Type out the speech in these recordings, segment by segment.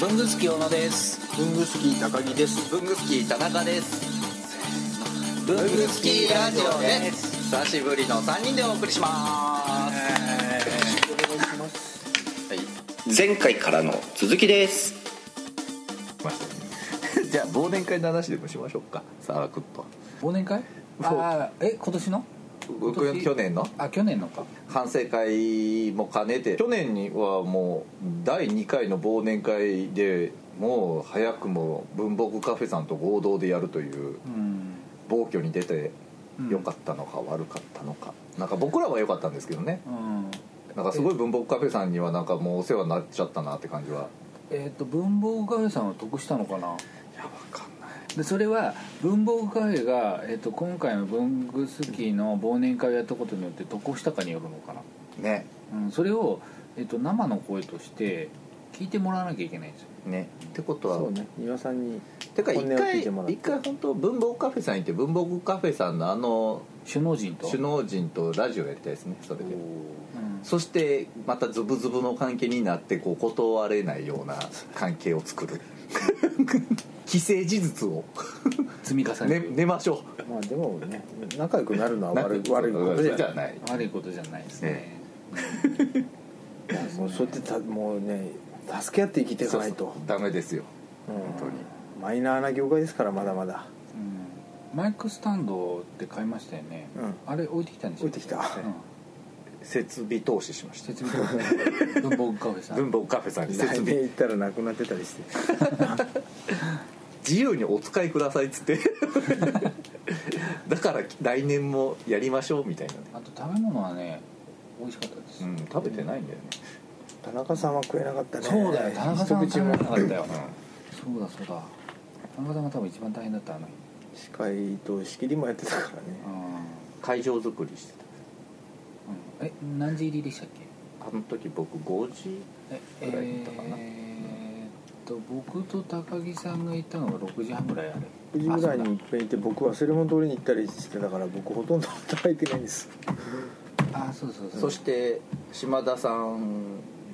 文具好き小野です文具好き高木です文具好き田中です文文具具好好ききララジジオオでです久しぶりの3人でお送りしますお願いします前回からの続きです じゃあ忘年会の話でもしましょうかさあくっと忘年会そうあーえ今年の僕今年去年のあ去年のか反省会も兼ねて去年にはもう第2回の忘年会でもう早くも文房具カフェさんと合同でやるといううん暴挙に出てうん良かったのか悪かったのか、なんか僕らは良かったんですけどねうんなんかすごい文房具カフェさんにはなんかもうお世話になっちゃったなって感じはえっ、と文房具カフェさんは得したのかないやわかんないでそれは文房具カフェが、えっと今回の文具好きの忘年会をやったことによって得をしたかによるのかな、ねうん、それを、えっと生の声として聞いてもらわなきゃいけないんですよねってことはそうね丹羽さんにてか一本音を聞回いてもらって一回本当文房具カフェさん行って文房具カフェさんのあの首脳陣と首脳陣とラジオやりたいですねそれでうんそしてまたズブズブの関係になってこう断れないような関係を作る既成事実を積み重寝ねる、寝ましょまあでもね仲良くなるのうは悪い悪いことじゃじなゃいない悪いことじゃないですね、もうそうやってたもうね助け合って生きていかないとそうそうダメですようん本当にマイナーな業界ですからまだまだうん、マイクスタンドって買いましたよね、うんあれ置いてきたんでしょ置いてきたうん、設備投資しました設備とか 文房具カフェさん文房具カフェさんに設来年備行ったらなくなってたりして自由にお使いくださいっつって だから来年もやりましょうみたいなね、あと食べ物はね美味しかったです、うん、食べてないんだよね田中さんは食えなかったねそうだよ田中さん一口食べもなかったよ、うんそうだそうだ田中さんが多分一番大変だったあの日司会と仕切りもやってたからね会場作りしてうん、え何時入りでしたっけたあの時僕5時えぐらいだったかなえーっと僕と高木さんが行ったのが6時半ぐらいあれ9時ぐらいにいっぺん行って僕忘れ物取りに行ったりしてたから僕ほとんど働いてないんですあそうそうそうそして島田さん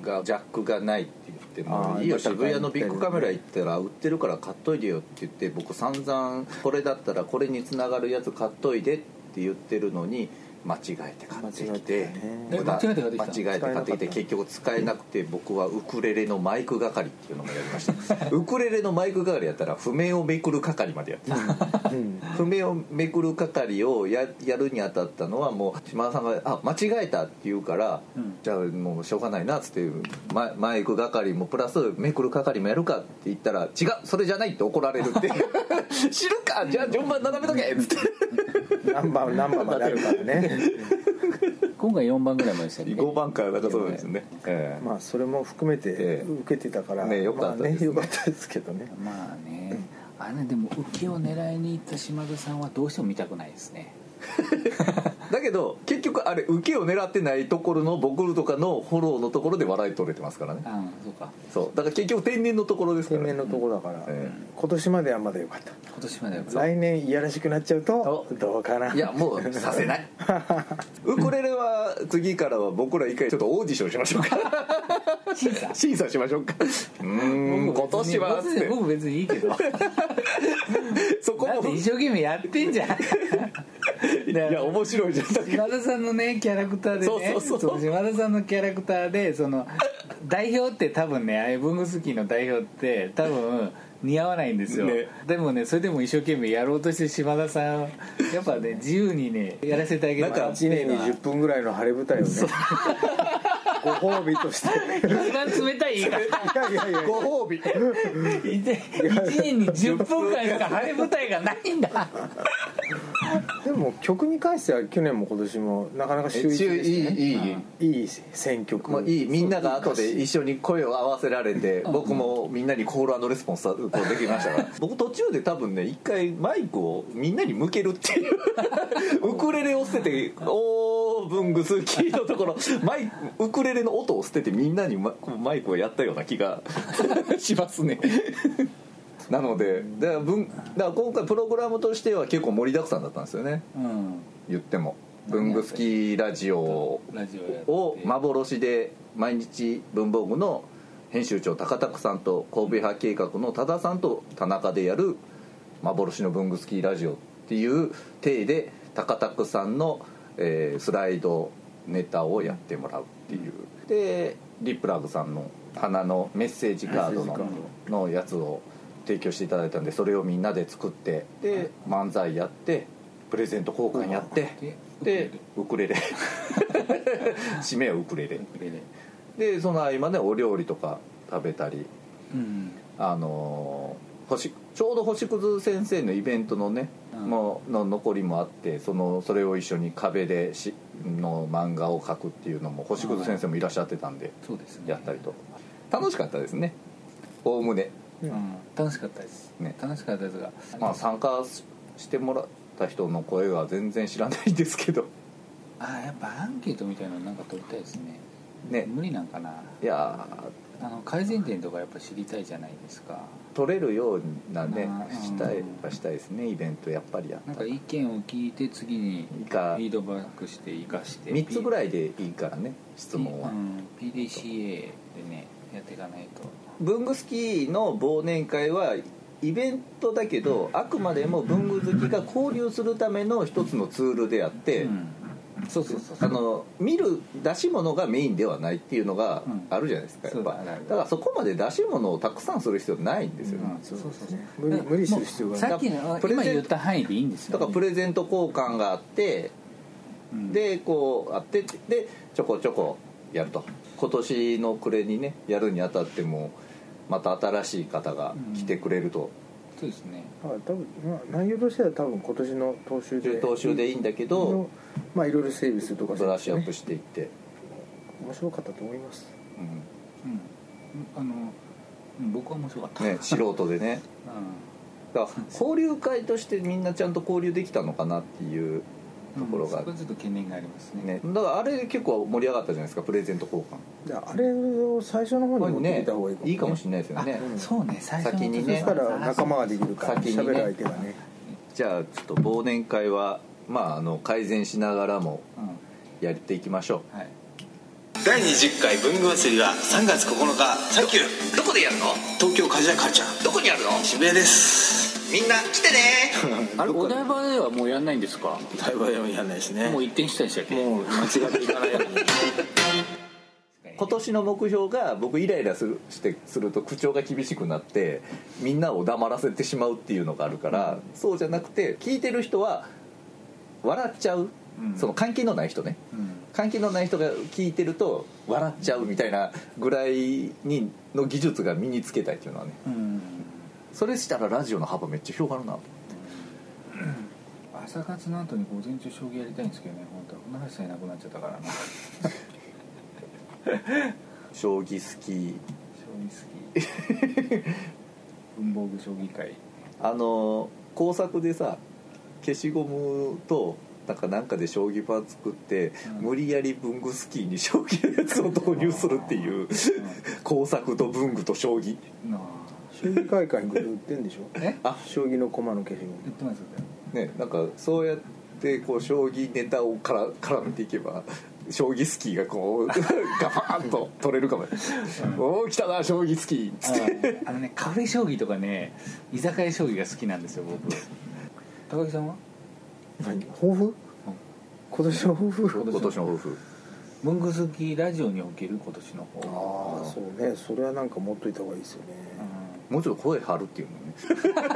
がジャックがないって言って「もあうーいいよまた渋谷のビッグカメラ行ったら売ってるから買っといてよ」って言って僕散々「これだったらこれにつながるやつ買っといて」って言ってるのに間違えて買ってきて間違えてね無駄え間違えて買ってきたの間違えて買ってきて結局使えなくて僕はウクレレのマイク係っていうのもやりましたウクレレのマイク係やったら譜面をめくる係までやってたうん譜面をめくる係をややるにあたったのはもう島田さんが「あ間違えた」って言うから、うんじゃあもうしょうがないなっつってママイク係もプラスめくる係もやるかって言ったら「違うそれじゃない」って怒られるって 知るかじゃあ順番並べとけっつって何番何番まであるからね今回4番ぐらいまでしたっけ5番からだからそうですね、ええまあそれも含めてええ受けてたから、ね良かったですねまあね良かったですけどねまあねあれでも浮きを狙いに行った島田さんはどうしても見たくないですねだけど結局あれ受けを狙ってないところの僕とかのフォローのところで笑い取れてますからねあそうかそうだから結局天然のところですか天らね然のとこだから、ええ今年まではまだ良かった今年までは来年いやらしくなっちゃうとどうかないやもうさせない ウクレレは次からは僕ら一回ちょっとオーディションしましょうか審査審査しましょうかうーん今年はっつって僕別にいいけどだそこっもて一生懸命やってんじゃんいや面白いじゃんだけど島田さんのねキャラクターでねそうそうそうの島田さんのキャラクターでその代表って多分ねああいう文具好きの代表って多分似合わないんですよ、ねでもねそれでも一生懸命やろうとしてる島田さんやっぱね自由にねやらせてあげるなんか1年に10分ぐらいの晴れ舞台をね ご褒美として一 番冷たい言い方いやいやいやご褒美一年に10分間しか晴れ舞台がないんだでも曲に関しては去年も今年もなかなか秀逸中でいしいたねいいいい選曲もういいみんなが後で一緒に声を合わせられて僕もみんなにコールレスポンスこうできましたから僕途中で多分ね一回マイクをみんなに向けるって いうウクレレを捨てて「オーブングスキー」のところマイクウクレレの音を捨ててみんなにママイクをやったような気 がしますね。なのでだから文だから今回プログラムとしては結構盛りだくさんだったんですよねうん言っても文具好きラジオラジオやってを幻で毎日文房具の編集長高拓さんと神戸派計画の多田さんと田中でやる「幻の文具スキーラジオ」っていう体で高拓さんの、えースライドネタをやってもらうっていうでリップラグさんの花のメッセージカードのメッセージのやつを提供していただいたんでそれをみんなで作ってで漫才やってプレゼント交換やってでウクレ レ締めはウクレレでその合間ねお料理とか食べたりうんあのー星ちょうど星屑先生のイベントのね、うんもうの残りもあってそのそれを一緒に壁でしの漫画を描くっていうのも星屑先生もいらっしゃってたんでそうですねやったりと楽しかったですねおおむね、うん楽しかったですね楽しかったですがまあ、参加ししてもらった人の声は全然知らないですけどあやっぱアンケートみたいなのなんか取りたいですねね無理なんかないやあの改善点とかやっぱ知りたいじゃないですかー取れるようなねあーしたいうんはしたいですねイベントやっぱりやっなんたから意見を聞いて次いにいフかィードバックして生かして3つぐいらいでいいからね質問はうん PDCA でねやっていかないと文具スキーの忘年会はイベントだけどあくまでも文具好きが交流するための一つのツールであって、うんそうそうそうそあうの見る出し物がメインではないっていうのがうんあるじゃないですか、やっそぱうだねだからそこまで出し物をたくさんする必要ないんですよね、うんそうそうそう無理無理する必要がないさっきのプレゼ今ン言った範囲でいいんですよ、だね、からプレゼント交換があってうんでこうあってでちょこちょこやると今年の暮れにねやるにあたってもまた新しい方が来てくれると、そうですねあ多分、まあ、内容としては多分今年の踏襲で中等集でいいんだけど、まあいろいろ整備するとかブラッシュアップししていって、面白かったと思いますうんうんあのうん僕は面白かった、ね、素人で ねうだから交流会としてみんなちゃんと交流できたのかなっていうとん、ころが、うんそこはちょっと懸念がありますねね、だからあれ結構盛り上がったじゃないですかプレゼント交換であれを最初の方に持ってきた方がいいかも,、いいかもしれないですよねあそうね最初の先にねそしたら仲間ができるから先にね喋、る相手がねじゃあちょっと忘年会はまああの改善しながらもうんやっていきましょうはい第20回文具祭りが3月9日サンキューどこでやるの東京鍛冶屋カルチャーどこにあるの渋谷ですみんな来てねあれお台場ではもうやんないんですかだいぶやんないですねもう一転したんでしたっけもう間違っていかないように今年の目標が僕イライラするしてすると口調が厳しくなってみんなを黙らせてしまうっていうのがあるから、そうじゃなくて聞いてる人は笑っちゃう、その関係のない人ね、関係のない人が聞いてると笑っちゃうみたいなぐらいにの技術が身につけたいっていうのはねうんそれしたらラジオの幅めっちゃ広がるな朝活の後に午前中将棋やりたいんですけどね本当は船橋さんいなくなっちゃったから な将将棋好き棋好き文房具将棋会あの工作でさ消しゴムとなんかなんかで将棋盤作って、うん無理やり文具スキーに将棋のやつを導入するっていう工作と文具と将棋なあ将棋会館にグル売ってんでしょえあ将棋の駒の消しゴム言ってますよねなんかそうやってこう将棋ネタをから絡めていけば将棋スキーがこう ガバーンと取れるかも、おお来たな将棋スキーっつってあのねカフェ将棋とかね居酒屋将棋が好きなんですよ僕高木さんは何抱負、今年の抱負今年の抱負文具好きラジオにおける今年の方ああそうねそれはなんか持っといた方がいいですよね、もうちょっと声張るっていうのね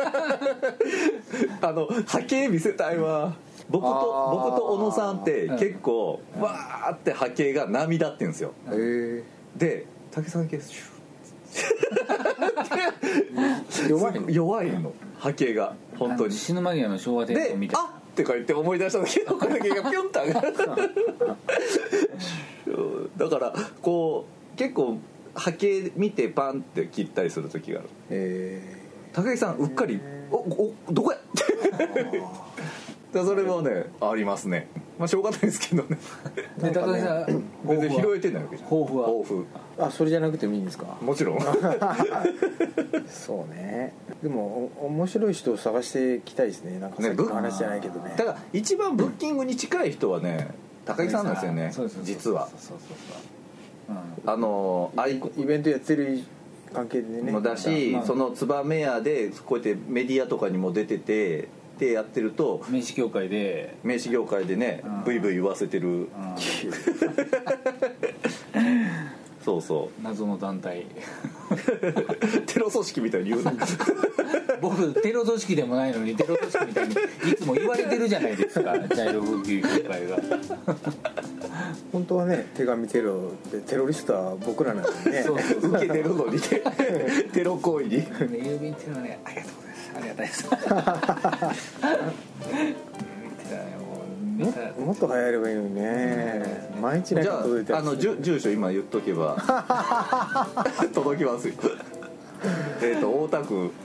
あの波形見せたいわ僕とあー僕と小野さんって結構わーって波形が波立ってんですよえで竹さん系シえュ弱いッ弱いの波形が本当あのに死ぬ間際の昭和天で皇み「たいなあっ!」てか言って思い出したんだけどこれだけがピョンと上がる うんだからこう結構波形見てパンって切ったりする時があるえ高木さんうっかり「おおどこや!」で それもねありますねまあしょうがないですけどねで高木さん別に抱負は拾えてないわけじゃん抱負は抱負ーあそれじゃなくてもいいんですかもちろんそうねでもお面白い人を探していきたいですねなんかさっきの話じゃないけどねただ一番ブッキングに近い人はね高木さんなんですよねそうそうそう実はそうそうそうあのアイコイベントやってる関係でねもだし、そのツバメ屋でこうやってメディアとかにも出ててでやってると名刺協会で名刺業界でねうんブイブイ言わせてるそう そ謎の団体うテロ組織みたいに言うな僕テロ組織でもないのにテロ組織みたいにいつも言われてるじゃないです か茶色風紀協会が本当はね手紙テロでテロリストは僕らなんでねそうそうそう受けてるの にねテロ行為に郵便っていうのはねありがとうございますありがたい です郵便っていうのはねもう見たらもっと流行ればいいのにね毎日なんじかゃ届いたあありしての住住所今言っとけば 届きますよえっと大田区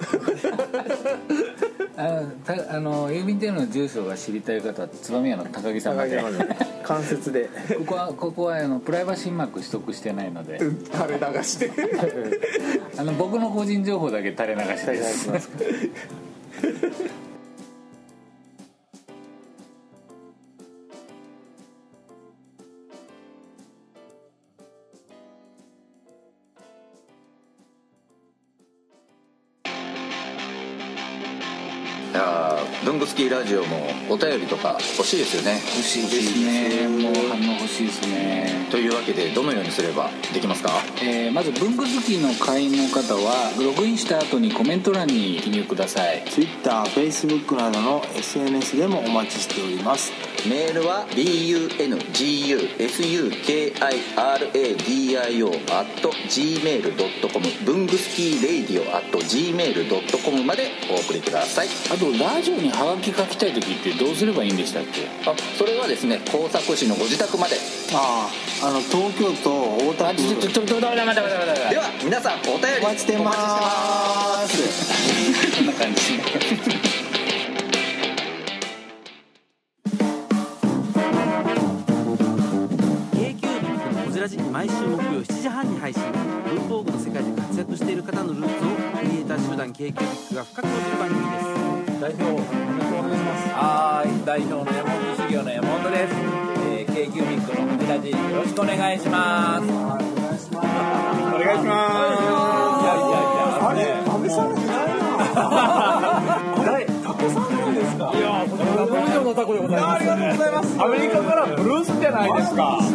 あのたあの郵便店の住所が知りたい方は燕屋の高木さんまで関節でここはここはあのプライバシーマーク取得してないので垂れ流してあの僕の個人情報だけ垂れ流し大で事すしますいやー文具スキーラジオもお便りとか欲しいですよね欲しいですねもう反応欲しいですねというわけでどのようにすればできますかえーまず文具好きの会員の方はログインした後にコメント欄に記入ください TwitterFacebook などの SNS でもお待ちしておりますメールは bungusukiradio.gmail.com 文具スキーレイディオ at .gmail.com までお送りくださいあとラジオにハガキ書きたい時ってどうすればいいんでしたっけあそれはですね工作士のご自宅まであああの東京都大田あ区ちょちょちょちょ待って待って待って待っでては皆さんお便りお待ちしてまお待ちしてますこーすんな感じありがとうござ